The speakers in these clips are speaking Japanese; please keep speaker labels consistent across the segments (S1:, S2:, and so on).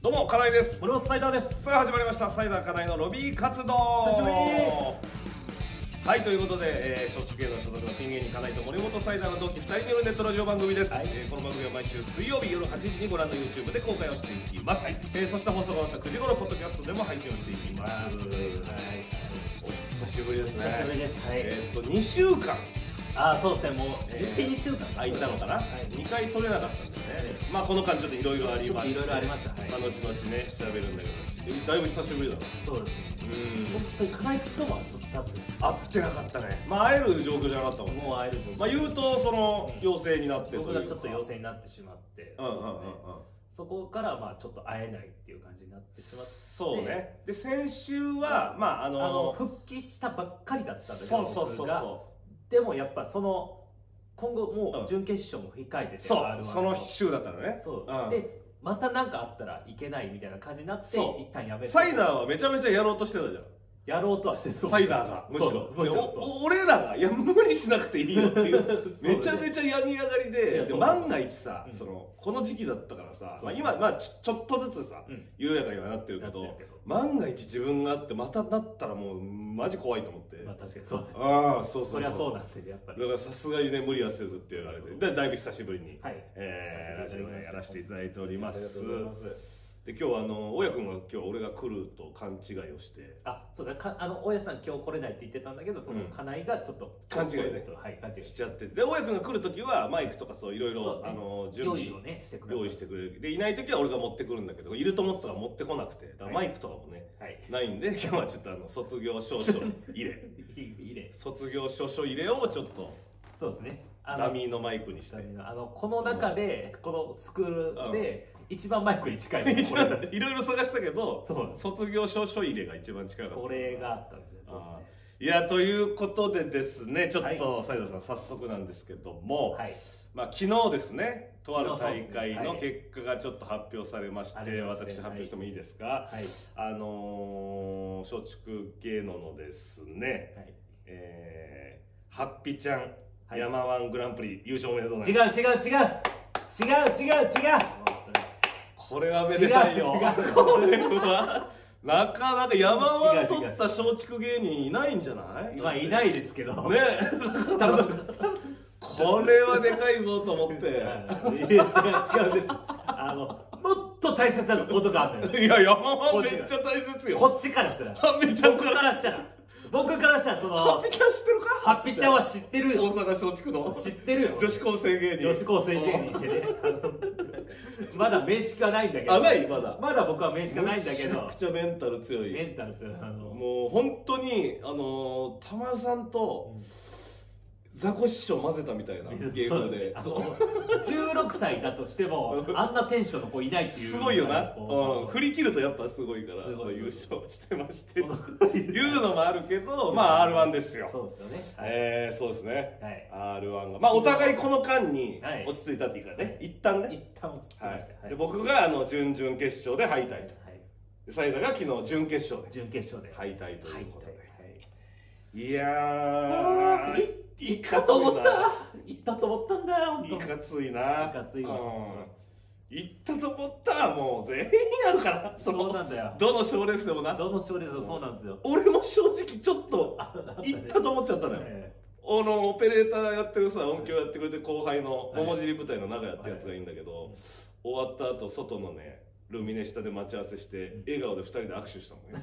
S1: どうも、金井です。
S2: 俺はスライダーです
S1: さあ、始まりました。サイダー金井のロビー活動。
S2: 久しぶり
S1: はい、ということで、えー、松竹芸能所属のピン芸人金井と森本サイダーの同期2人によるネットラジオ番組です、
S2: はい
S1: えーこの番組は毎週水曜日夜8時にご覧の YouTube で公開をしていきます、えーそして放送が終わった9時頃ポッドキャストでも配信をしていきます
S2: はい
S1: お久しぶりですね
S2: 久しぶりですはい
S1: えーっと2週間
S2: ああそうですねもう
S1: えー
S2: 言って2週間
S1: 空いたのかな、
S2: はい
S1: 2回取れなかったんですね、まあこの間ちょっといろいろありまし
S2: ちょっと色々ありました
S1: は
S2: はいい
S1: まあ、後々ね調べるんだけどだいぶ久しぶりだな
S2: そうですね
S1: うん
S2: 本当に金井君とはずっと会って
S1: 会ってなかったねまあ会える状況じゃなかったもんね
S2: もう会えると
S1: まあ言うとその陽性になってというか
S2: 僕がちょっと陽性になってしまって
S1: うんうんうんうん
S2: そこからまあちょっと会えないっていう感じになってしまって
S1: そうねで先週はまああ
S2: あ
S1: の
S2: の復帰したばっかりだったんだけ
S1: そ
S2: ど
S1: うそうそう
S2: 僕が
S1: そ
S2: でもやっぱその今後も
S1: うん
S2: う準決勝も控えてて
S1: うそ
S2: R1
S1: うその週だったのね
S2: そう、
S1: うん
S2: でまた何かあったらいけないみたいな感じになって
S1: そう
S2: 一旦やめて
S1: サイダーはめちゃめちゃやろうとしてたじゃん
S2: やろうとはしてそう
S1: サイダーがむしろ
S2: そうむしろ
S1: で
S2: そう
S1: おお俺らがいや無理しなくていいよってい
S2: そう
S1: う
S2: だね
S1: めちゃめちゃ病み上がり
S2: い
S1: で
S2: や
S1: で
S2: そう
S1: 万が一さ、
S2: うん
S1: そのこの時期だったからさ、
S2: そう
S1: まあ、今、まあ、ちょちょっとずつさ
S2: うん
S1: 緩やかにはなってるけ
S2: なっ
S1: ど
S2: てるけど
S1: 万が一自分があってまたなったらもうマジ怖いと思って、
S2: まあ確かにそうだね
S1: ああそうそう
S2: そりゃそうなんでやっぱり
S1: だからさすがにね無理はせずって言われてでだいぶ久しぶりに、
S2: はい
S1: えーラ
S2: さ
S1: ジ
S2: せてい
S1: オ
S2: ただきま
S1: で
S2: し
S1: や
S2: た
S1: らせていただいております
S2: ありがとうございます
S1: で今日はあの大家君が今日俺が来ると勘違いをして
S2: あそうだかあの大家さん今日来れないって言ってたんだけどその
S1: うん
S2: 金井がちょっと
S1: 勘違いね
S2: はい勘違い
S1: しちゃってで大家君が来る時はマイクとかそういろい
S2: そう
S1: ろ
S2: ね
S1: あの準
S2: 用
S1: 備
S2: 意をねしてください
S1: 用意してくれるでいない時は俺が持ってくるんだけどいると思ってたから持ってこなくてだからマイクとかもね、
S2: はい
S1: ないんで 今日はちょっとあの卒業証書入れ
S2: いいいいね
S1: 卒業証書入れをちょっと
S2: そうですねあ
S1: ダ
S2: の
S1: ミーのマイクにして
S2: ダミーのあのこの中でこのスクールで一番マイクに近い のがこれだ
S1: いろいろ探したけど
S2: そうなんです
S1: 卒業証書入れが一番近かった
S2: これがあったんですねそうですね
S1: いやということでですねちょっと斉藤さん早速なんですけども、
S2: はい
S1: まあ、昨日ですねとある
S2: 昨日そう
S1: 大
S2: ですね
S1: 会の
S2: はい
S1: 結果がちょっと発表されまして、
S2: ありましたね
S1: 私発表してもいいですか、
S2: はい
S1: あのー松竹芸能のですね
S2: はい
S1: えーハッピちゃん、
S2: はい
S1: 山ワングランプリ優勝おめでとうござ
S2: 違
S1: いうます
S2: 違う違う違う違う違う
S1: これはめでたいよ
S2: 違う違う
S1: これはなかなか山ワン取
S2: 違う違う
S1: った松竹芸人いないんじゃない
S2: まあいないですけど
S1: ね
S2: 多分
S1: これはでかいぞと思って
S2: いや違う違うんですあのもっと大切なことがあるのよ
S1: いや山ワンめっちゃ大切よ
S2: こっちからしたら
S1: ハッピちゃん
S2: 僕
S1: か
S2: かららしたら僕からしたらその
S1: ハッピちゃん知ってるか
S2: ハッピーちゃんは知ってる
S1: 大
S2: よ
S1: 阪松竹の
S2: 知ってるよ
S1: 女子高生芸人
S2: 女子高生芸人でねあのまだ面識はないんだけど
S1: あないまだ
S2: まだ僕は面識はないんだけ
S1: めちゃ
S2: ど
S1: くちゃメンタル強
S2: メ
S1: い
S2: ンタル強いあの
S1: もう本当にあのー玉代さんとザコシショウ混ぜたみたいなゲームで
S2: そう
S1: そう
S2: あの16歳だとしてもあんなテンションの子いないっていう
S1: すごいよな、うん、
S2: こう
S1: 振り切るとやっぱすごいから
S2: すごい
S1: 優勝してまして
S2: その
S1: いうのもあるけど まあ r 1ですよ
S2: そうですよねはい、
S1: えー、そうですね
S2: はい
S1: r 1がまあお互いこの間に
S2: はい
S1: 落ち着いたっていうかね、一旦ね、
S2: 一旦落ち着き
S1: は
S2: ま
S1: い
S2: した、はい
S1: で僕があの準々決勝で敗退と
S2: はい
S1: でサイダが昨日準決勝で
S2: 準決勝で
S1: 敗退と
S2: は
S1: いう
S2: い
S1: ことで、
S2: はい
S1: い、やー
S2: いったと思った行ったと思ったんだよ本当
S1: いかついない
S2: かついわ
S1: うん、行ったと思ったらもう全員あるからそ
S2: そう
S1: の
S2: なんだよ
S1: どの賞レースでもな
S2: どの賞レースもそうなんですよ
S1: 俺も正直ちょっと行ったと思っちゃったのよ、
S2: え
S1: あのオペレーターやってるさ音響やってくれてる後輩の
S2: はい
S1: 桃尻舞台の長屋ってやつがいいんだけど、終わった後外のねルミネ下で待ち合わせして
S2: うん
S1: 笑顔で2人で握手したもんね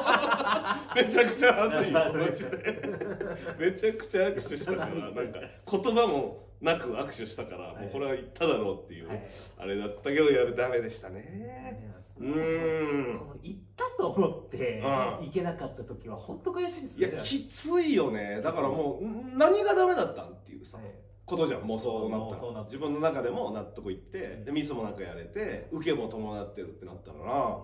S1: めちゃくちゃ
S2: ー
S1: 熱 いよマジでめちゃくちゃ握手したからなんか言葉もなく握手したから、
S2: はい
S1: もうこれは言っただろうっていう、
S2: はい
S1: あれだったけどやるダメでしたねうーん
S2: この行ったと思って
S1: うん
S2: 行けなかった時は本当悔しいです
S1: いや
S2: ね
S1: きついよねだからもうん何がダメだったんっていうさ、
S2: はい
S1: ことじゃんもうそうな
S2: も
S1: っ
S2: う
S1: た
S2: そうな
S1: ら
S2: った
S1: 自分の中でも納得いって、
S2: うん
S1: でミスもなんかやれて受けも伴ってるってなったらな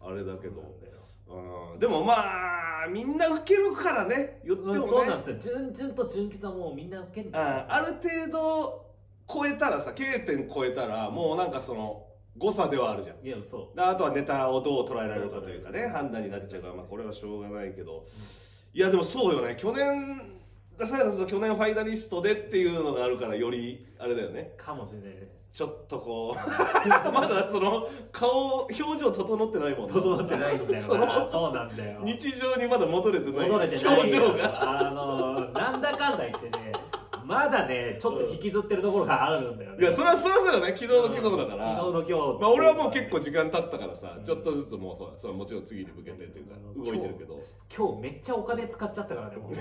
S1: あれだけど
S2: そうなんだよ
S1: うんでもまあみんな受けるからね言ってもね、
S2: うんそうなんですよ準々と準決はもうみんな受けん
S1: う
S2: だ
S1: ん
S2: よ
S1: ある程度超えたらさ K 点超えたらもうなんかその誤差ではあるじゃん
S2: いやそ
S1: であとはネタをどう捉えられるかというかね
S2: うん
S1: 判断になっちゃうから、まあ、これはしょうがないけど、いやでもそうよね去年出された去年ファイナリストでっていうのがあるからよりあれだよね
S2: うかもしれないね
S1: ちょっとこう まだその顔表情整ってないもんな
S2: 整ってないんだよ
S1: そ
S2: な
S1: の
S2: そうなんだよ
S1: 日常にまだ戻れてない
S2: 戻れてない
S1: 表情が
S2: あのなんだかんだ言ってねまだねちょっと引きずってるところがあるんだよ
S1: い
S2: ね
S1: やそれはそれはそうだね昨日の昨日だから
S2: 昨日の今日
S1: まあ、俺はもう結構時間経ったからさ、
S2: うん
S1: ちょっとずつもうそうそのもちろん次に向けてっていうか
S2: うん
S1: 動いてるけど
S2: 今日めっちゃお金使っちゃったから ねもう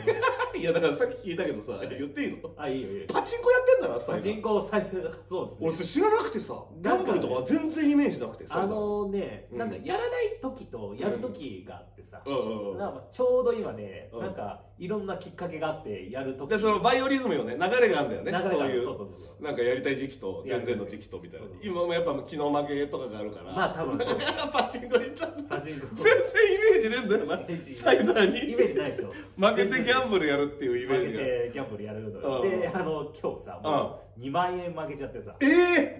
S1: いやだからさっき聞いたけどさ言っていいの
S2: あいいよいいよ
S1: パチンコやってんだなスタイ
S2: パ
S1: ル
S2: チンコ財布そうですね
S1: 俺それ知らなくてさ
S2: な
S1: ダ
S2: ん
S1: ン
S2: か
S1: ブ
S2: ね
S1: ルとか全然イメージなくてさ
S2: あのね、
S1: うん
S2: なんかやらない時とやる時があってさ、
S1: うんうんうん
S2: なんかちょうど今ね、
S1: うん
S2: なんかいろんなきっかけがあってやる時
S1: でそのバイオリズムよね流れがあるんだよね
S2: 流れがあ
S1: そうい
S2: る
S1: う
S2: そうそうそうそう
S1: なんかやりたい時期と全然の時期とみたいな
S2: そうそう
S1: 今もやっぱ昨日負けとかがあるから
S2: まあ多分そう
S1: パチンコに行ったんだ
S2: パチンコ
S1: 全然イメージ ねえんだよな
S2: イメージ
S1: サイダーに
S2: イメージないでしょ
S1: 負けてギャン
S2: ル
S1: ブルやるっていうイメ
S2: 負
S1: ー
S2: け
S1: ジが
S2: てギャンブルやるのよ
S1: うん
S2: であの今日さもう2万円負けちゃってさ
S1: え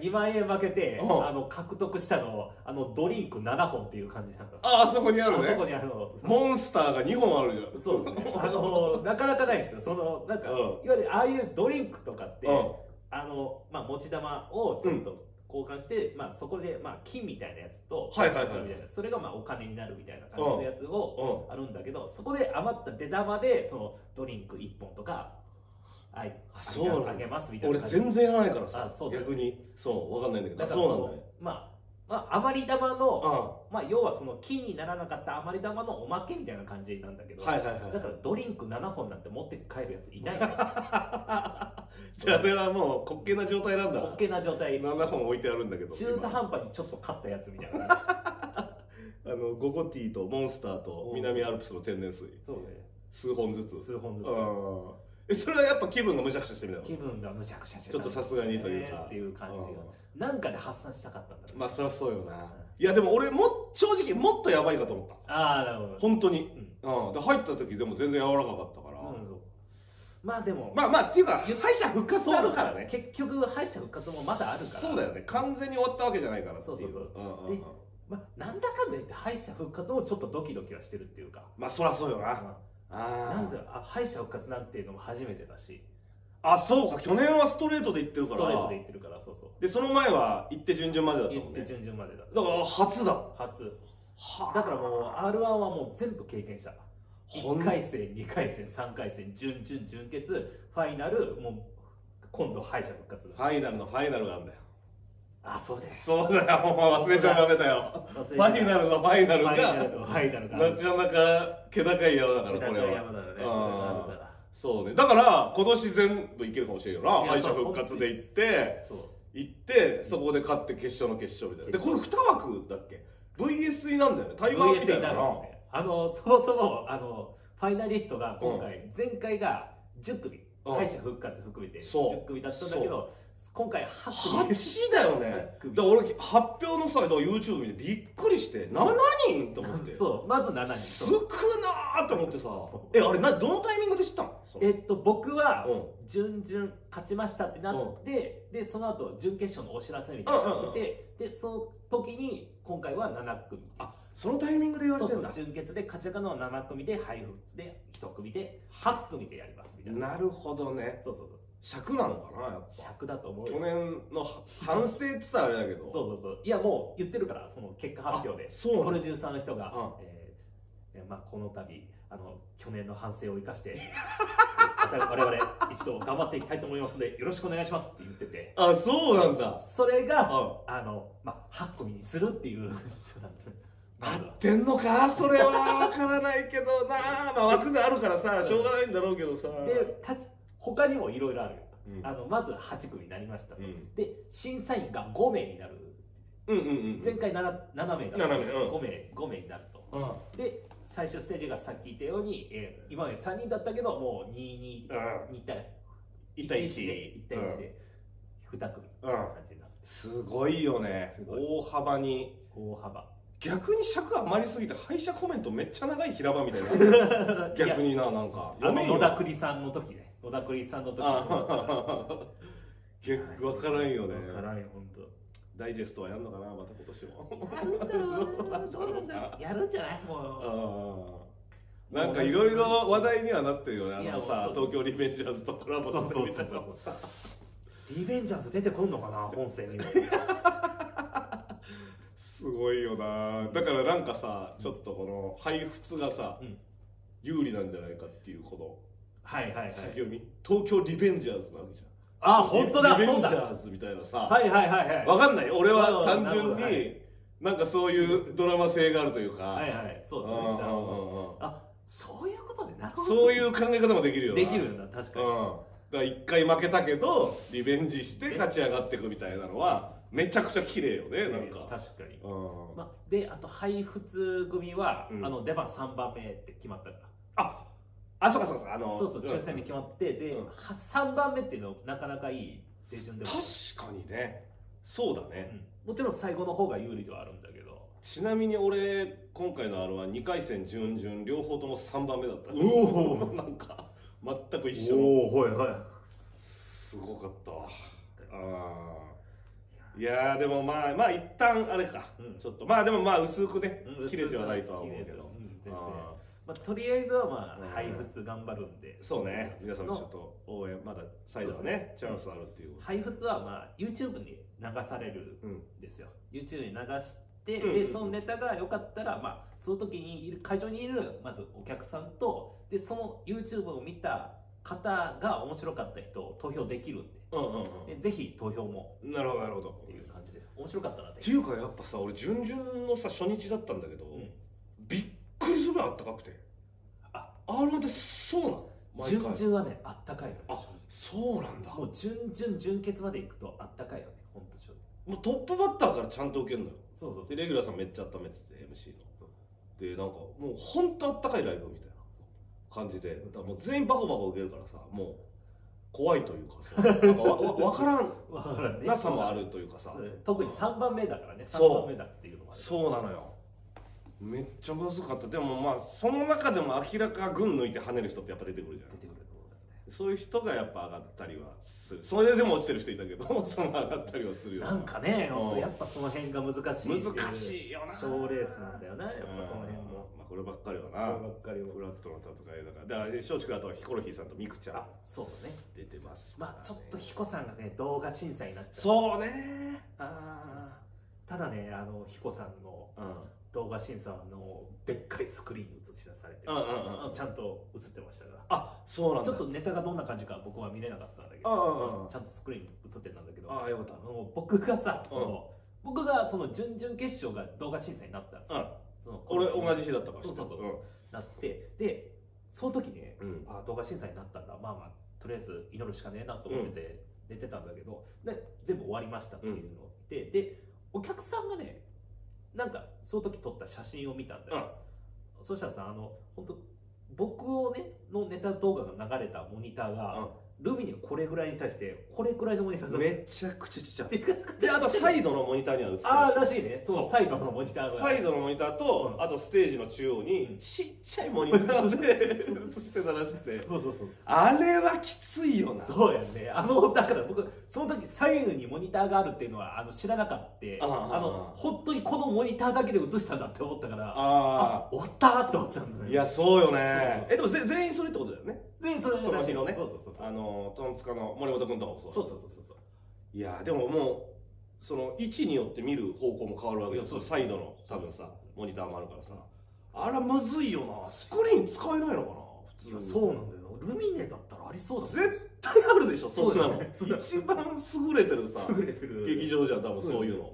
S1: え
S2: 2万円負けてあ
S1: うん
S2: の獲得したのあのドリンク7本っていう感じなの
S1: ああそこにある
S2: あそこ
S1: ね
S2: にあるの
S1: モンスターが2本あるじゃん
S2: そうですね。あのなかなかないですよ。そのなんか、
S1: うん
S2: いわゆるああいうドリンクとかって、
S1: うん
S2: あのまあ持ち玉をちょっと交換して、まあそこでまあ金みたいなやつと、
S1: はいはいはい
S2: それみたなそれがまあお金になるみたいな感じのやつを
S1: う
S2: あるんだけど、そこで余った出玉でそのドリンク1本とか、はい、
S1: あそうなんだ
S2: あげますみた
S1: ん、
S2: い
S1: 俺
S2: なじで
S1: 全然やらないからさ
S2: あそうだよ
S1: 逆にそうわかんないんだけど
S2: だ
S1: あ
S2: から
S1: そうなんだね
S2: そのまあまあ余り玉の、
S1: あ
S2: まあ要はその金にならなかった余り玉のおまけみたいな感じなんだけど。
S1: はいはいはい
S2: だからドリンク7本なんて持って帰るやついないから
S1: じゃああれはもう滑稽な状態なんだ
S2: 滑稽な状態
S1: 7本置いてあるんだけど
S2: 中途
S1: 今
S2: 半端にちょっと勝ったやつみたいな
S1: あのゴゴティーとモンスターと南アルプスの天然水
S2: そうね
S1: 数本ずつ
S2: 数本ずつ
S1: あえそれはやっぱ気分がむしゃくしゃしてみたいな
S2: 気分がむしゃくしゃして
S1: ちょっとさすがにというか
S2: っていう感じが
S1: う
S2: なんかで発散したかったんだろうんね
S1: まあそりゃそうよないやでも俺も正直もっとやばいかと思った
S2: ああなるほど
S1: 本当に
S2: うん
S1: うん、で入った時でも全然柔らかかったから、
S2: うんそうまあでも
S1: まあまあっていうか敗者復活ってあるからね
S2: 結局敗者復活もまだあるから
S1: そうだよね完全に終わったわけじゃないからってい
S2: そうそう
S1: うんうんうん
S2: でまあなんだかんだ言って敗者復活もちょっとドキドキはしてるっていうか
S1: まあそりゃそうよな
S2: う
S1: あ
S2: ん
S1: ー
S2: なんだろうあ敗者復活なんていうのも初めてだし
S1: あそうか去年はストレートで行ってる
S2: ス
S1: から
S2: トレートで言ってるからそうそう
S1: でその前は行って順々までだった
S2: 言
S1: もん
S2: っ
S1: ね
S2: て順々までだ
S1: だから初だ
S2: 初
S1: はあ
S2: だからもう R1 はもう全部経験した
S1: ほん
S2: 1回戦2回戦3回戦準々準決ファイナルもう今度敗者復活だ
S1: ファイナルのファイナルがあるんだよ
S2: あそうだよ
S1: そうだよもう忘れちゃダメだよ
S2: 忘れて
S1: フ
S2: た
S1: ァイナルのファイナル
S2: ファイナル
S1: が
S2: とファイナルが
S1: なかなか気高い山だからこれは
S2: 高山だよねこれがあるか
S1: そうねだから今年全部いけるかもしれんよない
S2: や
S1: 敗者復活で行って
S2: らそう
S1: 行ってそこで勝って決勝の決勝みたいなで
S2: 決
S1: これ
S2: 勝
S1: 2枠だっけ VSE なんだよね台湾みた
S2: VS
S1: い
S2: にな
S1: な
S2: る
S1: の
S2: の
S1: か
S2: であのそもそもあのファイナリストが今回前回が10組
S1: うん
S2: 敗者復活含めて
S1: そう
S2: 10組だったんだけど今回
S1: な
S2: 8組
S1: 8だよね
S2: 8組
S1: だから俺発表のさだから YouTube 見てびっくりして7人と思って
S2: そうまず7人
S1: 少
S2: そう
S1: なーと思ってさ
S2: そう
S1: えあれなどのタイミングで知ったのその
S2: えっと僕は
S1: うん
S2: 準々勝ちましたってなって、でその後準決勝のお知らせみたいなのが来て、でその時に今回は7組で
S1: あ
S2: す
S1: そのタイミングで言われ
S2: そう
S1: て
S2: そ
S1: んだ
S2: う準決で勝ち上がるのは7組で配布で1組で8組でやりますみたいな
S1: なるほどね
S2: そうそうそう
S1: 尺なのかなやっぱ
S2: 尺だと思う
S1: 去
S2: よ
S1: 年のは反省っつったらあれだけど
S2: そうそうそういやもう言ってるからその結果発表で
S1: あそうな
S2: プ
S1: の
S2: ロデューサーの人が、
S1: うん
S2: えーえーまあ、この度あの去年の反省を生かして 我々一度頑張っていきたいと思いますのでよろしくお願いしますって言ってて
S1: あそうなんだ
S2: それが
S1: うん
S2: あの、まあ、8組にするっていう人なんで
S1: 合ってんのかそれは分からないけど なあ、まあ、枠があるからさしょうがないんだろうけどさ
S2: でた他にもいろいろあるよ
S1: うん
S2: あのまず8組になりましたと、
S1: うん
S2: で審査員が5名になる
S1: うんうんうん
S2: 前回 7, 7名だった
S1: 7名うん
S2: 5名5名になると
S1: うん
S2: で最終ステージがさっき言ったように、えー今まで3人だったけどもう22対
S1: 一対一
S2: で1対1で2組って
S1: うん
S2: 感じになる
S1: すごいよね
S2: すごい
S1: 大幅に
S2: 大幅
S1: 逆に尺余りすぎて敗者コメントめっちゃ長い平場みたい な逆
S2: いや
S1: にななんか
S2: あの
S1: んよ
S2: 野田栗さんの時ね野田栗さんの時そうだったから
S1: あ逆分からんよね
S2: わからんよ本当
S1: ダイジェストはやんのかなまた今年も
S2: やるんだろうなどうなんだろうやるんじゃないも
S1: ああなんかいろいろ話題にはなってるよねあ
S2: いや
S1: のさ
S2: そうそう
S1: 東京リベンジャーズとコラ
S2: う
S1: ボ
S2: そうそう
S1: し
S2: そ
S1: て
S2: う
S1: みたいな
S2: そうリベンジャーズ出てこんのかな本戦にも
S1: すごいよなだからなんかさちょっとこの配布がさ、
S2: うん
S1: 有利なんじゃないかっていうこ
S2: はいはいは
S1: の
S2: い
S1: 先読み、東京リベンジャーズなわけじゃん
S2: あ本当だ
S1: リベ
S2: そ
S1: ン
S2: う
S1: ジ
S2: だ
S1: ャーズみたいなさ、
S2: はいはいはいは
S1: わかんない俺は
S2: な
S1: 単
S2: るほ
S1: 純
S2: どなるほどは
S1: に
S2: い
S1: なんかそういうドラマ性があるというか、
S2: いはいはいそう
S1: うん
S2: だ
S1: う
S2: ね
S1: ん
S2: なるほど
S1: うんうん
S2: あそういうことでなるほど
S1: そういう考え方もできるよな
S2: できるんだ確か
S1: う
S2: に、
S1: ん、だから一回負けたけどリベンジして勝ち上がっていくみたいなのはめちゃくちゃ綺麗よねなんか、
S2: 確かに、
S1: うん
S2: ま、であと配布組は、
S1: うん
S2: あの出番3番目って決まったから
S1: ああそうかそうかあの
S2: そうそう抽選で決まってで、
S1: うん
S2: は3番目っていうのなかなかいい手順でも
S1: 確かにねそうだね、
S2: うんもちろん最後の方が有利ではあるんだけど
S1: ちなみに俺今回の r 1 2回戦準々両方とも3番目だった
S2: お お
S1: なんか全く一緒の
S2: おはいはい
S1: すごかったわあーいやーでもまあまあ一旦あれか、
S2: うん
S1: ちょっとまあでもまあ薄くね
S2: うん
S1: 切れてはないとは思うけ
S2: 切れては
S1: ど
S2: うん全然
S1: あ
S2: まあ、とりあえずはま
S1: うん
S2: あ配布頑張るんで
S1: ーそうね皆さんも
S2: の
S1: ちょっと応援まだ再度はねチャンスあるっていう
S2: 配布はまあ YouTube に流される
S1: うん
S2: んですよ YouTube に流して、
S1: うんうんうん
S2: でそのネタが良かったらまあその時にいる会場にいるまずお客さんとでその YouTube を見た方が面白かった人を投票できるんで
S1: うんうん
S2: でぜひ投票も
S1: うんなるほどなるほど
S2: っていう感じで面白かったなっ
S1: っていうかやっぱさ俺準々のさ初日だったんだけど、
S2: うん
S1: びっくりするぐらいあったかくて
S2: あ
S1: r 1ってそうなの毎
S2: 準
S1: 回
S2: 々はねあったかいのよ
S1: あそうなんだも
S2: もう準々準決まで行くとあったかいよね本当ちょ
S1: うトップバッターからちゃんと受けるのよ
S2: そうそうそ
S1: で
S2: う
S1: レギュラーさんめっちゃ温めてて MC の
S2: そう
S1: でなんかもうほんとあったかいライブみたいな感じでだからもう全員バコバコ受けるからさもう怖いというか さなんかわわ分からん
S2: わからんね
S1: なさもあるというかさ
S2: そう特に3番目だからね
S1: そう
S2: 3番目だっていうのもある
S1: そうなのよめっちゃむずかったでもまあその中でも明らか群抜いて跳ねる人ってやっぱ出てくるじゃん
S2: 出てくると思うんだよね
S1: そういう人がやっぱ上がったりはするそれでも落ちてる人いたけど その上がったりはするよ
S2: なんかね、
S1: うん
S2: 本当やっぱその辺が難しいっていう。
S1: 難しいよな
S2: 賞レースなんだよな、やっぱ
S1: うん
S2: その辺も。
S1: まあ、こればっかりは
S2: これ
S1: な
S2: ばっかり
S1: フ
S2: は。
S1: ラットの戦いだからだから松竹だとヒコロヒーさんとミクちゃん
S2: あ、そうだね。
S1: 出てますからね、
S2: まあちょっと彦さんがね、動画審査になっちゃう。
S1: そうね
S2: あーただね、あの彦さんの
S1: うんうん
S2: 動画審査のでっかいスクリーンに映し出されて、
S1: うんう
S2: あ
S1: ん
S2: ちゃんと映ってましたから。
S1: あそうなん
S2: ち
S1: だ
S2: ょっとネタがどんな感じか僕は見れなかったんだけ
S1: うんうんうん
S2: ど、ちゃんとスクリーンに映ってたんだけど、
S1: ああよかった
S2: あの僕がさ、その、僕がその準々決勝が動画審査になったんですよ。その
S1: 俺同じ日だったから
S2: そうそうそう
S1: うん
S2: なってでその時ね、
S1: うん
S2: あ動画審査になったんだまあまあとりあえず祈るしかねえなと思ってて寝てたんだけど、で全部終わりましたっていうのを見て、でお客さんがねなんかその時撮った写真を見たんだよ、そしたらさあの本当僕をねのネタ動画が流れたモニターが、ルミネこれぐらいに対してこれぐらいのモニターだった
S1: めちゃくちゃちっちゃい
S2: でかくて
S1: であとサイドのモニターには映ってる
S2: ああらしいねそう
S1: そう
S2: サイドのモニターが
S1: サイドのモニターと、
S2: うん
S1: あとステージの中央にちっちゃいモニターで映してたらしくて
S2: そうそうそう
S1: あれはきついよな
S2: そうやね。あの、だから僕、その時左右にモニターがあるっていうのはあの知らなかった。
S1: あ
S2: あ
S1: あ
S2: の、本当にこのモニターだけで映したんだって思ったから、
S1: あ
S2: あ、終わったーって思ったんだ
S1: あ
S2: ね。
S1: いや、そうよね
S2: そう
S1: えでもぜ全員それってことだよね
S2: 全員それ
S1: その日のね
S2: そうそうそうそう。
S1: あのトンツカの森本君とかもそうだ
S2: そうそうそうそうそう。
S1: いやでももうその位置によって見る方向も変わるわけよ
S2: い
S1: そ
S2: やそう
S1: の
S2: です
S1: サイドの多分さモニターもあるからさあらむずいよなスクリーン使えないのか
S2: い
S1: な
S2: や、
S1: 普通に
S2: そうなんだよな。ルミネだったらありそうだもん
S1: 絶対あるでしょそんな
S2: そう
S1: の、
S2: だね
S1: 一番優れてるさ
S2: 優れてる
S1: 劇場じゃん多分そういうの、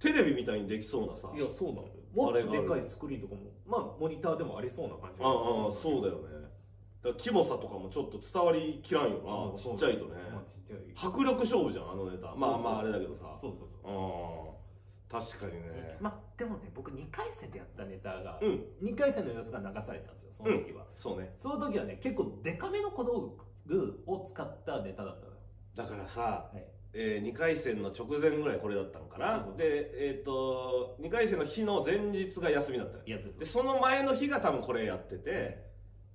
S1: テレビみたいにできそうなさ
S2: うんいや、そうなんだよ。も
S1: あ
S2: っ
S1: れ
S2: と
S1: がある
S2: でかいスクリーンとかも、まあ、モニターでもありそうな感じ
S1: ああああそうだ
S2: よ。
S1: よねだからキモさとかもちょっと伝わりきらんよ
S2: うん
S1: なちっちゃいとね
S2: まあ、ちっちゃい。
S1: 迫力勝負じゃんあのネタまあまああれだけどさ
S2: そうそうそう。
S1: うん確かにね
S2: まあ、でもね、僕2回戦でやったネタが、
S1: うん
S2: 2回戦の様子が流されたんですよ、その時は。
S1: そうね
S2: その時はね、結構デカめの小道具を使ったネタだったのよ。
S1: だからさ、
S2: はい
S1: え2回戦の直前ぐらいこれだったのかな
S2: そうそうそう
S1: でえっ、と2回戦の日の前日が休みだったの
S2: いや、そう
S1: で
S2: です。
S1: その前の日が多分これやってて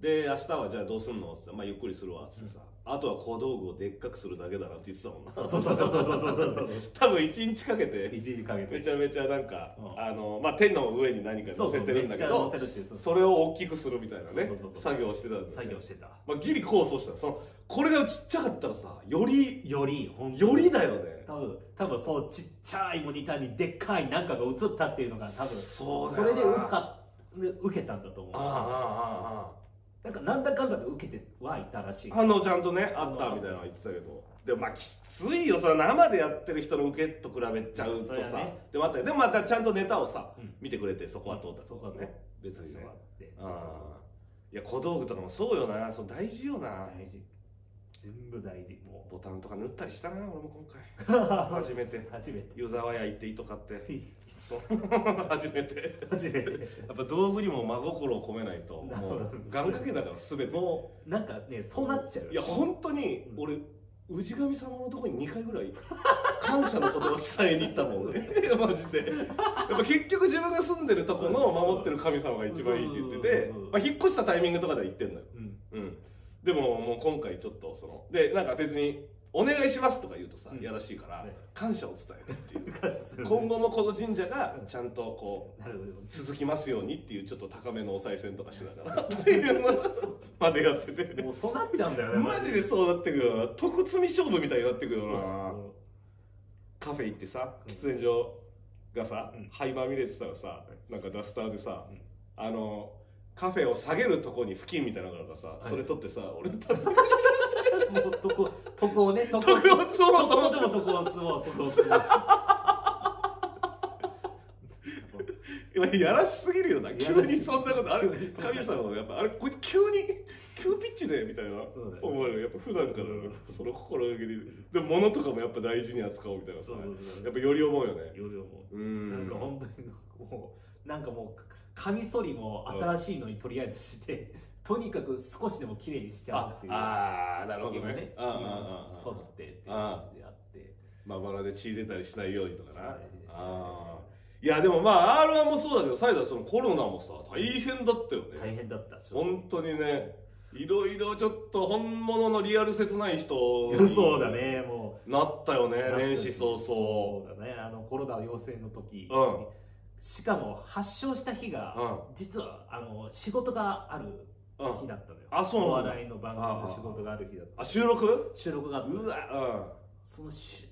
S1: で明日はじゃあどうすんのっつって、まあ、ゆっくりするわっつってさ、あとは小道具をでっかくするだけだなって言ってたもんな
S2: そうそうそうそうそうそうそう
S1: 多分1日かけ
S2: そう
S1: て
S2: 一時かけて
S1: めちゃめちゃなんか、
S2: うん
S1: あのまあ手の上に何か乗せてるんだけど
S2: めっちゃ乗せるっていう
S1: それを大きくするみたいなね
S2: そうそうそうそう
S1: 作業してたんだよね
S2: 作業してた
S1: まあ、ギリ構想したそのこれがちっちゃかったらさより
S2: よりほん
S1: よりだよね
S2: 多分多分そうちっちゃいモニターにでっかいなんかが映ったっていうのが多分
S1: そ
S2: それで
S1: うだ
S2: 受
S1: よな
S2: かね受けたんだと思う
S1: あああああ
S2: なんかなんだかんだで受けてはいたらしい
S1: あ反応ちゃんとねあったみたいなの言ってたけどでもまあきついよさ生でやってる人の受けと比べちゃうと
S2: そりゃ
S1: さ、
S2: ね
S1: でもあったよでもまたちゃんとネタをさ
S2: うん
S1: 見てくれてそこは通った
S2: そこは通っ
S1: ね
S2: た
S1: 別にね
S2: そうあってそうそうそう
S1: あーいや小道具とかもそうよなそう大事よな
S2: 大事全部大事も
S1: ボタンとか塗ったりしたな俺も 今
S2: う
S1: 回初めて
S2: 初めて
S1: 湯沢屋行っていいとかってそう 初めて
S2: 初めて
S1: やっぱ道具にも真心を込めないと
S2: なる
S1: も
S2: ほど
S1: う願掛けだから全て
S2: もうなんかねそうなっちゃう
S1: いや本当に俺氏神様のとこに2回ぐらい感謝の言葉伝えに行った もん ねマジでやっぱ結局自分が住んでるとこの守ってる神様が一番いいって言ってて
S2: そうそうそうそう
S1: まあ引っ越したタイミングとかでは行ってんのよ
S2: うん
S1: うんでももう今回ちょっとそのでなんか別に「お願いします」とか言うとさ、
S2: うん
S1: やらしいから、
S2: ね
S1: 感謝を伝 えるっていう
S2: 感じするね
S1: 今後もこの神社がちゃんとこう
S2: なるほど
S1: 続きますようにっていうちょっと高めのお賽銭とかしながらっていうのまでやってて
S2: もうそうなっちゃうんだよね
S1: マジでそうなってくるよな徳積み勝負みたいになってくるよな
S2: うん
S1: カフェ行ってさ
S2: うん
S1: 喫煙所がさ、
S2: うん
S1: 灰まみれてたらさなんかダスターでさ、
S2: うん
S1: あのカフェを下げるとこに付近みたいなのがあるからさ、
S2: い
S1: それ取ってさ俺たぶん
S2: もうとこ、とこをね、と
S1: 徳を積もう
S2: ち
S1: と
S2: ょっ
S1: 思
S2: と
S1: って
S2: でもそこを積もう、とこを積もう。
S1: 今やらしすぎるよな
S2: や
S1: 急
S2: らし
S1: に
S2: い
S1: そんなことある
S2: 急にそんな
S1: 神様のやっぱあれこいつ急に急ピッチでみたいな
S2: そうだよ
S1: 思うよやっぱ普段からのその心がけででも物とかもやっぱ大事に扱おうみたいなさ
S2: そうそうそう。
S1: やっぱより思うよね
S2: いろいろも
S1: う
S2: う、
S1: ん
S2: なんか本当に、もう、なんかもう、カミソリも新しいのにとりあえずして、とにかく少しでも綺麗にしちゃうっていう。
S1: ああーなるほどね
S2: ね、
S1: あああ
S2: 取
S1: あ
S2: ってっていう感じであって。
S1: まばらで血出たりしないようにとか
S2: そう
S1: な
S2: 大事ですね
S1: ああいやでもまあ r 1もそうだけどサイダーそのコロナもさ大変だったよね
S2: 大変だったし。
S1: 本当にねいろいろちょっと本物のリアル切ない人に
S2: そうだね、もう。
S1: なったよね年始早々
S2: そうだね、あのコロナ陽性の時、
S1: うん
S2: しかも発症した日が、実はあの仕事がある
S1: うんうん
S2: 日だったのよ。
S1: あそうなん
S2: お
S1: だ
S2: 笑いの番組の仕事がある日だった。
S1: あ収録
S2: 収録があったの
S1: うわ
S2: そのし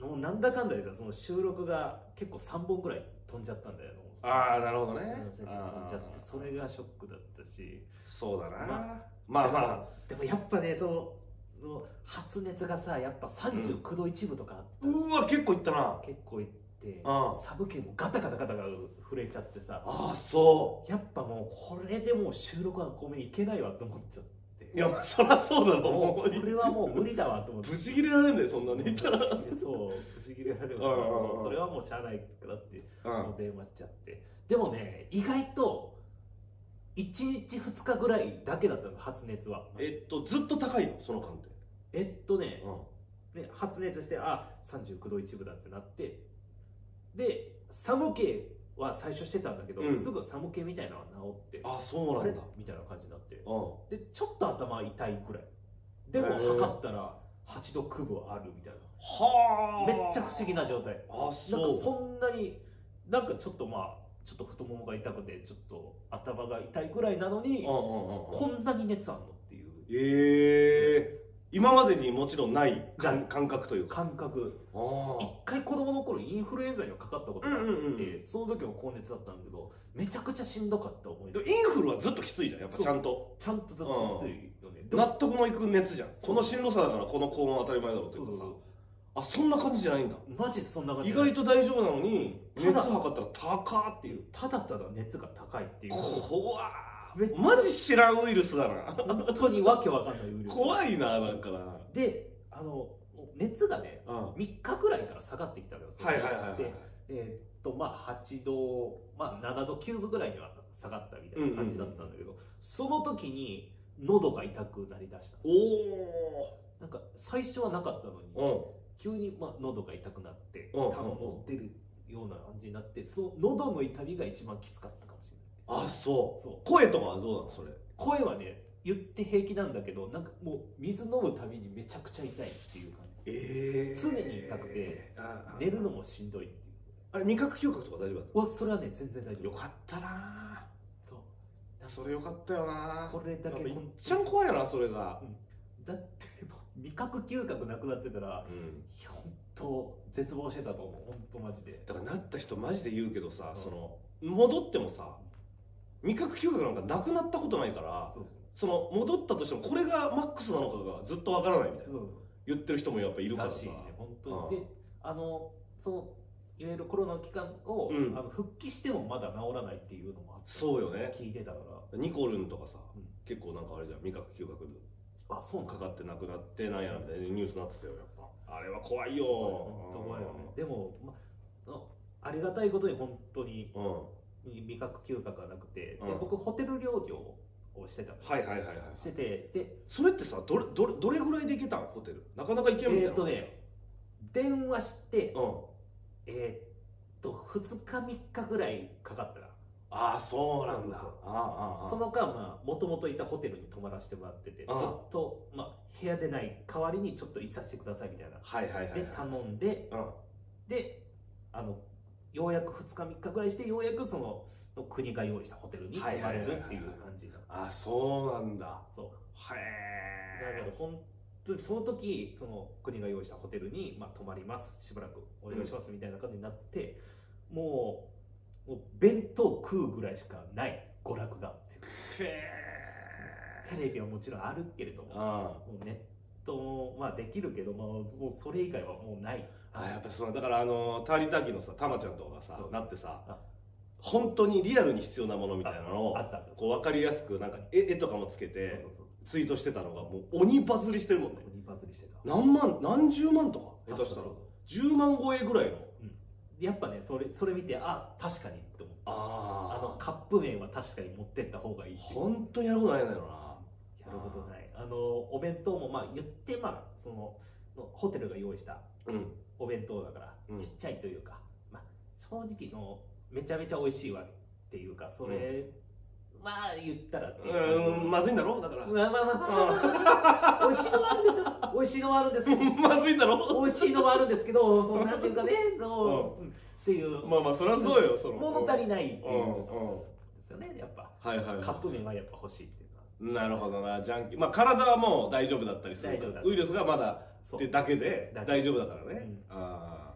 S2: もうなんだかんだでさ、その収録が結構3本ぐらい飛んじゃったんだよ。
S1: うんああなるほど
S2: そ
S1: ね
S2: のせいで飛んじゃって、それがショックだったし。
S1: そうだな、
S2: ま
S1: まあ
S2: だ
S1: ま
S2: からでもやっぱね、そのの発熱がさ、やっぱ39度1分とかあった
S1: あ
S2: の
S1: うわ結構いったな
S2: 結構行って
S1: ああ
S2: サブ系もガタガタガタが震えちゃってさ
S1: ああそ
S2: やっぱもうこれでもう収録はごめんいけないわと思っちゃって
S1: ういやまあそりゃそうだろ
S2: も
S1: も
S2: うこれはもう無理だわと思
S1: う
S2: って
S1: ぶち切れられんだよそんな
S2: ぶ
S1: の
S2: ち
S1: い
S2: 切
S1: た
S2: れ
S1: ら
S2: そうぶち切れられるか
S1: あ
S2: ら
S1: あああああ
S2: それはもうしゃあないからって
S1: う
S2: もう電話しちゃってでもね意外と1日2日ぐらいだけだったの発熱は
S1: えっとずっと高いのその間って
S2: えっとね
S1: うん
S2: ね、発熱してあ39度1分だってなってで寒気は最初してたんだけど、
S1: うん
S2: すぐ寒気みたいなのは治って
S1: あそう
S2: あ
S1: な
S2: れ
S1: んだ
S2: みたいな感じになって
S1: うん
S2: でちょっと頭痛いくらいで
S1: へ
S2: も
S1: ー
S2: 測ったら8度9分あるみたい
S1: は
S2: な
S1: あ
S2: めっちゃ不思議な状態
S1: あそ
S2: なん
S1: う
S2: かそんなになんかちょっとまあちょっと太ももが痛くてちょっと頭が痛いぐらいなのに
S1: うんうんうんう
S2: こ
S1: ん
S2: んなに熱あんのっていう
S1: ええ今までにもちろんない感感覚というか
S2: 感覚
S1: ああ
S2: 一回子供の頃インフルエンザにはかかったことがあっ
S1: う
S2: て、
S1: んうんうん
S2: その時も高熱だったんだけどめちゃくちゃしんどかった思い
S1: で
S2: 出
S1: もインフルはずっときついじゃんやっぱちゃんと
S2: ちゃんとずっときついよね、でも
S1: 納得のいく熱じゃんこのしんどさだからこの高温は当たり前だろうって
S2: そ
S1: こ
S2: うそ
S1: と
S2: う
S1: さ
S2: そ
S1: あそんな感じじゃないんだ
S2: うマジでそんな感じ
S1: 意外と大丈夫なのに
S2: た
S1: 熱
S2: だ
S1: 測ったら高っていう
S2: ただただ熱が高いっていう
S1: 怖っ
S2: めっちゃ
S1: マジ知らんウイルスだな
S2: 本当にわけわかんないウイルス
S1: 怖いななんかな
S2: であの熱がね
S1: うんは
S2: 3日くらいから下がってきたのよ
S1: いはいはいはい
S2: でえーっとまあ8度、まあ、7度9分ぐらいには下がったみたいな感じだったんだけど、その時に喉が痛くなりだした
S1: おお
S2: なんか最初はなかったのに、
S1: うん
S2: 急にまあ喉が痛くなって、
S1: うん
S2: 多分もう出るような感じになって、その喉の痛みが一番きつかったかもしれない。
S1: あそう
S2: そう
S1: 声とかはどうなのそれ
S2: 声はね、言って平気なんだけどなんかもう水飲むたびにめちゃくちゃ痛いっていう感じ
S1: え
S2: 常に痛くて
S1: あ
S2: 寝るのもしんどいっていう
S1: あれ味覚嗅覚とか大丈夫だっ
S2: わそれはね全然大
S1: た
S2: 丈
S1: よ
S2: 夫
S1: かったな
S2: と
S1: ぁそれよかったよなぁ
S2: これだけ
S1: なんかいっ
S2: 本
S1: ちゃん怖いよなそれが、
S2: だってもう味覚嗅覚なくなってたら
S1: うん、
S2: いや本当絶望してたと思う本当マジで
S1: だからなった人マジで言うけどさ、
S2: うん
S1: その戻ってもさ味覚嗅覚なんかなくなったことないから
S2: そう
S1: その戻ったとしてもこれがマックスなのかがずっとわからないみたい
S2: そ
S1: な
S2: うそう
S1: 言ってる人もやっぱいるかららさ
S2: しいね本当
S1: うん
S2: であのそのいわゆるコロナの期間を、
S1: うん
S2: あの復帰してもまだ治らないっていうのもあって
S1: そうよね
S2: 聞いてたから
S1: ニコルンとかさ、
S2: うん
S1: 結構なんかあれじゃん味覚嗅覚に
S2: あそう
S1: かかってなくなってなんやみたいなニュースになってたよやっぱあれは怖いよ
S2: 本当怖いよねでも、ま、あありがたいことに本当に
S1: うん
S2: 味覚嗅覚がなくて、
S1: う
S2: で
S1: ん
S2: 僕ホテル療養をしてたの
S1: はいはいはいはい
S2: しててで
S1: それってさどれどれどれぐらいで行けたんホテルなかなか行け
S2: え
S1: んみたいな
S2: ーっとね電話して、
S1: うん
S2: えーっと2日3日ぐらいかかったな
S1: ああそうなんだ
S2: そうそう
S1: ああああ
S2: その間まあもともといたホテルに泊まらせてもらっててずっ
S1: ああ
S2: と、まあ、部屋でない代わりにちょっといさせてくださいみたいな
S1: はいはいはいはい
S2: で頼んで
S1: うん
S2: であのようやく2日3日ぐらいしてようやくその国が用意したホテルに泊ま
S1: はいはい
S2: れ
S1: はいはい
S2: るっていう感じなの
S1: あそうなんだ
S2: そうだけ
S1: へ
S2: ど本当にその時その国が用意したホテルに、まあ、泊まりますしばらくお願いしますみたいな感じになって、もうもう弁当食うぐらいしかない娯楽がっていう
S1: えへ
S2: テレビはもちろんあるけれども
S1: あ
S2: もうネットも、まあ、できるけど、まあ、もうそれ以外はもうない。
S1: あやっぱそうだからあのターリーターキーのさタマちゃんとかがさ
S2: そう
S1: なってさ
S2: あ
S1: 本当にリアルに必要なものみたいなのを
S2: あったんです
S1: こう分かりやすくなんか絵絵とかもつけ
S2: そう
S1: て
S2: そうそう。
S1: ツイートしてたのがもう鬼バズりしてるもんね
S2: 鬼バズりしてた。
S1: 何万何十万とか下手したら
S2: そうそう
S1: 10万超えぐらいの
S2: やっぱね、それ、それ見て、あ、確かにって思う。あの
S1: あ
S2: カップ麺は確かに持ってった方がいいっていう。
S1: 本当にやることないんだよな
S2: やることない。あの、お弁当も、まあ、言って、まあ、その。のホテルが用意した
S1: うん
S2: お弁当だから、
S1: うん
S2: ちっちゃいというか、まあ、正直そのめちゃめちゃ美味しいわけっていうかそれ、まあ言ったらっていう感じ
S1: うんまずいんだろだから
S2: まあまあまあまあ、美味しいのもあるんですよ。美味しいのもあるんです けど、
S1: まずいんだろ
S2: 美味しいのもあるんですけど、そのなんていうかね、の、うんっていう、
S1: まあまあそりゃそうよその
S2: 物足りないっていう
S1: うんうん
S2: のですよね、やっぱ。
S1: はいはいはい
S2: カップ麺はやっぱ欲しいっていうのは。
S1: なるほどなジャンキーまあ体はもう大丈夫だったりする
S2: 大丈夫だ
S1: ウイルスがまだ
S2: そ
S1: っ
S2: う
S1: て。だけで
S2: だけ
S1: 大丈夫だからね、
S2: うん
S1: ああ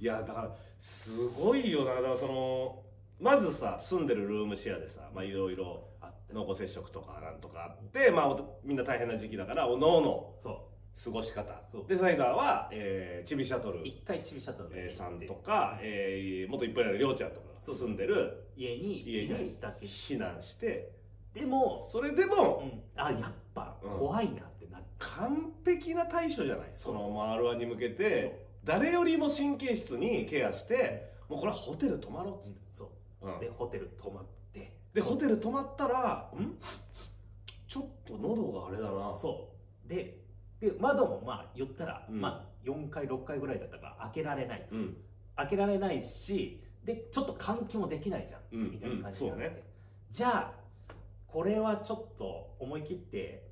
S1: いやだからすごいよなだからそのまずさ住んでるルームシェアでさまあいろいろ
S2: あった
S1: 濃厚接触とかなんとかあって、まあ、おみんな大変な時期だからおのおの
S2: そ
S1: 過ごし方
S2: そう
S1: でサイダーは、えー、チビシャトル
S2: う。、一回チビシャトル
S1: えーさんと
S2: と
S1: か、えー、元いっぱいあるりょうちゃんとかが
S2: そう
S1: 住んでる
S2: 家に
S1: 家
S2: 避
S1: に
S2: 難したけ
S1: 避難して
S2: ど。でも、
S1: それで
S2: う
S1: も
S2: ん、あ、やっぱ怖いなってなって。
S1: 完璧な対処じゃないそのまあ R1 に向け
S2: そう
S1: て誰よりも神経質にケアしてもうこれはホテル泊まろうっつって、
S2: そう
S1: うん
S2: で、ホテル泊まって。
S1: でホテル泊まったらんちょっと喉があれだな
S2: そうでで窓もまあ言ったら、
S1: うん
S2: まあ、4階6階ぐらいだったから開けられないと
S1: うん
S2: 開けられないしでちょっと換気もできないじゃん、
S1: うん
S2: みたいな感じになって、
S1: うんそう
S2: じゃあこれはちょっと思い切って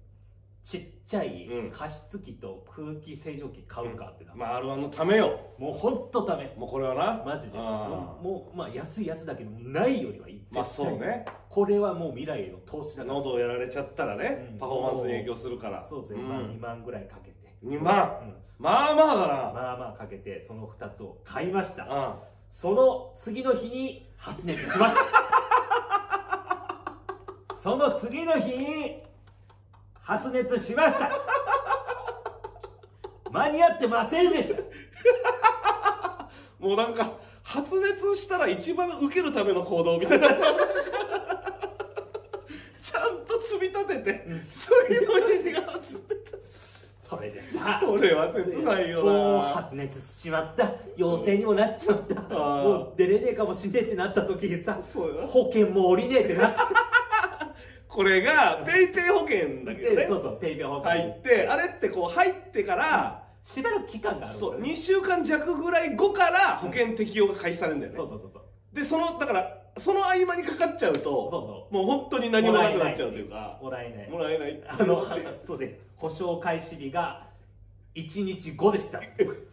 S2: ちっちゃい
S1: うん
S2: 加湿器と空気清浄機買うかってな、
S1: まあ R1 のためよ
S2: もうほんとダメ
S1: もうこれはな
S2: マジで
S1: あ
S2: も
S1: ー
S2: うもうまあ安いやつだけどないよりはいい
S1: まあ
S2: 絶対
S1: そうね
S2: これはもう未来への投資だから
S1: 喉をやられちゃったらね、
S2: うん
S1: パフォーマンスに影響するから
S2: そうですね、
S1: ん
S2: まあ2万ぐらいかけて
S1: 2万
S2: うん
S1: まあまあだな、
S2: まあまあかけてその2つを買いました
S1: あ
S2: その次の日に発熱しました その次の日に発熱しました間に合ってませんでした
S1: もうなんか発熱したら一番受けるための行動みたいなちゃんと積み立てて次の日が発
S2: それでさ
S1: 熱俺は切ないよ
S2: もう
S1: な
S2: 発熱しちまった陽性にもなっちまった
S1: ー
S2: もう出れねえかもしんねえってなった時にさ
S1: そうよ
S2: 保険も降りねえってなった
S1: これがペイペイ保険だけどね
S2: でそうそうペイペイ保険
S1: 入ってあれってこう入ってから、
S2: しばらく期間があるんです
S1: そ
S2: よ
S1: う
S2: ね
S1: 2週間弱ぐらい後から保険適用が開始されるんだよね、
S2: そうそうそうそう
S1: でそのだからその合間にかかっちゃう
S2: そう
S1: と
S2: そ
S1: もう本当に何もなくなっちゃうというか
S2: うもらえない
S1: もらえないって
S2: あのそうで保証開始日が1日後でした
S1: 1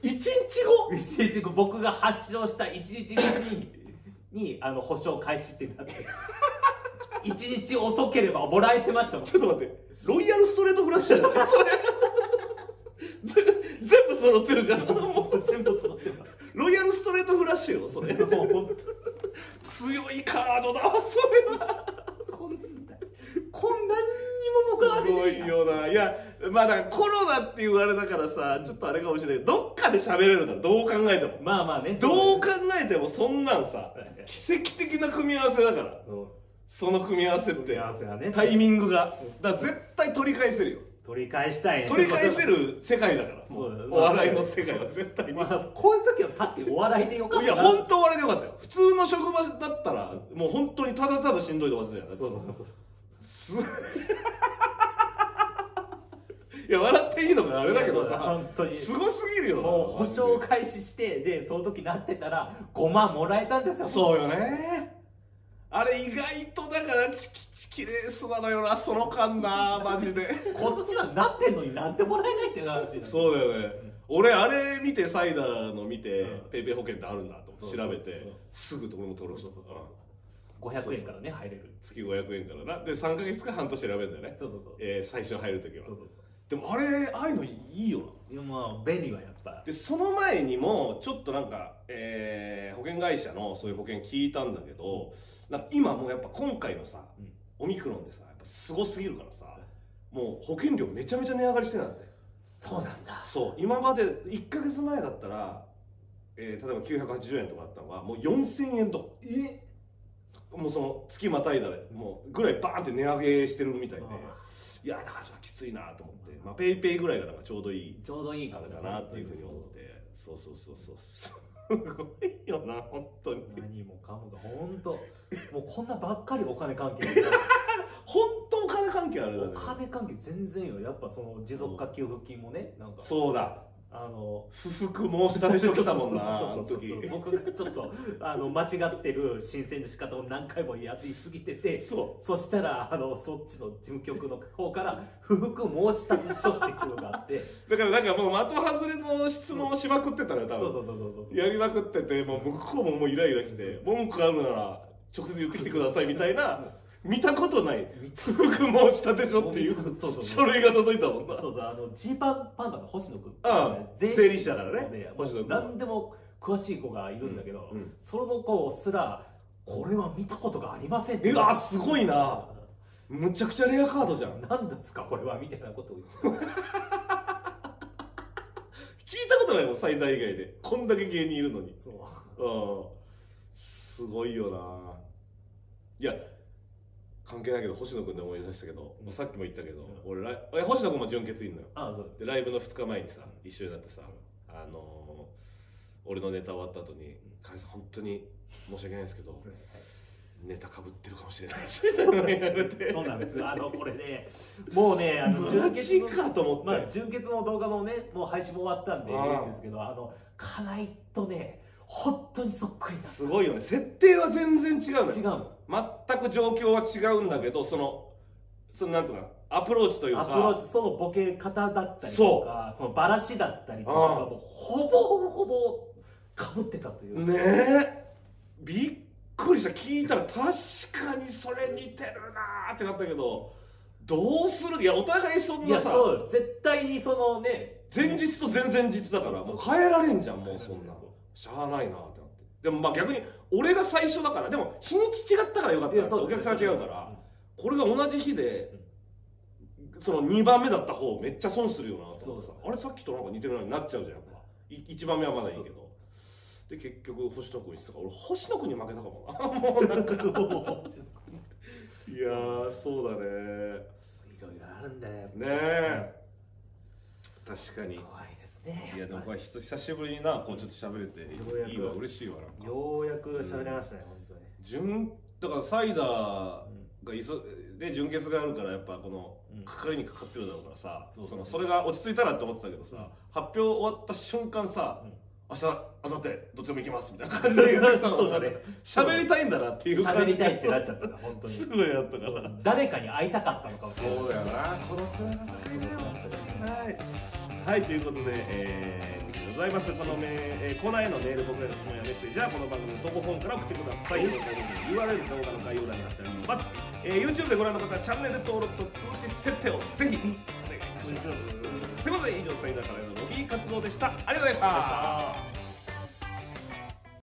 S1: 日後
S2: 1日後僕が発症した1日後にに あの保証開始ってなって1日遅ければもらえてましたもん
S1: ちょっと待ってロイヤルストレートフラッシュじゃないそれ全部揃ってるじゃん
S2: もう全部揃ってます
S1: ロイヤルストレートフラッシュよそれ
S2: もう本
S1: 強いカードだそれは
S2: 当こんなこんなんにも僕は
S1: すご
S2: ねえ
S1: い
S2: な
S1: よないやまあだからコロナって言われだからさちょっとあれかもしれないけどどっかで喋れるだろどう考えても
S2: まあまあね
S1: どう
S2: か
S1: 考えてもそんなんさ奇跡的な組み合わせだからその組み合わせっ
S2: 組み
S1: て
S2: 合わせはね
S1: タイミングがだから絶対取り返せるよ
S2: 取り返したいね
S1: 取り返せる世界だからも
S2: そうだ
S1: う
S2: ね
S1: お笑いの世界は絶対に
S2: まあこういう時は確かにお笑いでよかっ
S1: い
S2: た
S1: や
S2: な
S1: 本当笑いでよかったよ普通の職場だったらもう本当にただただしんどいとかじゃない
S2: そうそうそう
S1: すいや笑っていいのかあれだけど
S2: いやそう
S1: さ
S2: 本当に
S1: すごすぎるよな
S2: もう保証開始してでその時なってたら5万もらえたんですよ
S1: そうよねあれ意外とだからチキチキレースなのよなその感なマジで
S2: こっちはなってんのになんでもらえないっていう話なんで
S1: そうだよね俺あれ見てサイダーの見て、
S2: うん
S1: ペイペイ保険ってあるんだと思って調べて、
S2: うん
S1: すぐと俺も登録した
S2: そうそう
S1: うん
S2: そう500円からね入れる
S1: 月500円からなで3か月か半年選べるんだよね、
S2: そうそうそう
S1: えー最初入るときは
S2: そうそうそ
S1: でもあれああいうのいいよな
S2: ういやまあ便利はやっぱ
S1: でその前にもちょっとなんか、えー保険会社のそういう保険聞いたんだけど、なんか今もうやっぱ今回のさ、
S2: うん
S1: オミクロンでさやっぱすごすぎるからさもう保険料めちゃめちゃ値上がりしてたんで
S2: そうなんだ
S1: そう今まで1か月前だったら、えー例えば980円とかあったのがもう4000円とか
S2: え
S1: もうその月またいだでもうぐらいバーンって値上げしてるみたいで
S2: あ
S1: いや中島きついなと思って、まあ、ペイペイぐらいがなんかちょうどいい
S2: ちょうどいい
S1: あ
S2: か
S1: れ
S2: ら
S1: だなっていうふうに思ってそうそうそうそうすごいよな本当に
S2: 何もかもが本当もうこんなばっかりお金関係
S1: 本当お金関係あれだ
S2: お
S1: ね
S2: 金関係全然よやっぱその持続化給付金もねなんか
S1: そうだ
S2: あの
S1: 不服申し立て書きたもんなあ
S2: そ
S1: の
S2: うそうそ
S1: 時
S2: うそう僕がちょっとあの間違ってる申請の仕方を何回もやりすぎてて
S1: そ
S2: そしたらあのそっちの事務局の方から不服申し立て書っていうのがあって
S1: うだからなんかもう的外れの質問をしまくってたの
S2: そ
S1: よ
S2: う
S1: 多
S2: そ
S1: 分
S2: うそうそうそう
S1: やりまくっててもう向こうももうイライラきて文句あるなら直接言ってきてくださいみたいな見たことない不服申し立て書っていう
S2: そうそ
S1: 書
S2: うそう
S1: 類が届いたもんな
S2: そうそうあのジーパンパンダの星野君
S1: ああ
S2: 税
S1: 税理士だからね
S2: で
S1: 星野君
S2: 何でも詳しい子がいるんだけど、
S1: うんうん
S2: その子すらこれは見たことがありませんって
S1: うわすごいなむちゃくちゃレアカードじゃん
S2: 何ですかこれはみたいなことを言って
S1: 聞いたことないもん最大以外でこんだけ芸人いるのに
S2: そう
S1: うんすごいよないや関係ないけど星野君で思い出したけど、
S2: うん
S1: さっきも言ったけど、
S2: う
S1: 俺ライ俺星野君も純潔いんのよ
S2: ああそう
S1: でライブの2日前にさ一緒になってさ、あのー俺のネタ終わった後に「彼さん本当に申し訳ないですけどネタかぶってるかもしれないで す」って
S2: そうなんですあのこれねもうねあの
S1: マ ジかと思って、
S2: まあ、純潔の動画もねもう配信も終わったんでい
S1: ああ
S2: いんですけどあの金井とね本当にそっくりなんです
S1: ごいよね設定は全然違うのよ
S2: す違うもん
S1: 全く状況は違うんだけどそのそのなんつうのかなアプローチというか
S2: アプローチそのボケ方だったりとかそのバラシだったりとかが
S1: ああ
S2: もうほぼほぼかぶってたという、
S1: ねえびっくりした聞いたら確かにそれ似てるなーってなったけどどうするいやお互いそん
S2: い
S1: な
S2: や
S1: さ
S2: そう絶対にそのね
S1: 前日と前々日だから
S2: そ
S1: も
S2: う
S1: う
S2: そう
S1: 変えられんじゃんもうそんなしゃあないなーってなってでもまあ逆に俺が最初だからでも日にち違ったからよかった
S2: い
S1: な
S2: や
S1: って
S2: そう
S1: お客さんが違うからこれが同じ日でその2番目だった方めっちゃ損するよなと思ってさ
S2: そうそう
S1: あれさっきとなんか似てるなになっちゃうじゃんやっぱ1番目はまだいいけどで結局星野君にしてたから俺星野君に負けたかもなもう なんかいやーそうだね
S2: そういろいろあるんだよやっぱ
S1: ねえ確かにい
S2: 怖いですね
S1: やでもこ
S2: やっ
S1: れ久久しぶりになこうちょっと喋れて
S2: ようやく
S1: いいわ嬉しいわなん
S2: ぱり
S1: か
S2: ようやく喋れましたね、本当に、
S1: 純だからサイダー
S2: うん
S1: がいそで純潔があるからやっぱこの
S2: うん
S1: かかりにかかってるだろうからさ、
S2: そう
S1: そのそれが落ち着いたらって思ってたけどさ、
S2: うん
S1: 発表終わった瞬間さ、明日明後日どっちでも行けますみたいな感じで言ってたもん
S2: そうだ
S1: ね
S2: ね
S1: 喋りたいんだなっていう
S2: 喋
S1: 感じ
S2: りたいってなっちゃったな本当に
S1: すごいあったから
S2: 誰かに会いたかったのかもしれない
S1: そうだよなこのくらいの高いだよはい、はい、ということで、えー、以上でございますこのメ、えー、コーナーへのメール僕への質問やメッセージはこの番組の投稿フォームから送ってください、投稿フォームの URL 動画の概要欄に貼ってあります、えー、YouTube でご覧の方はチャンネル登録と通知設定をぜひお願いいたしますということで以上サイダーからのロビー活動でしたありがとうございました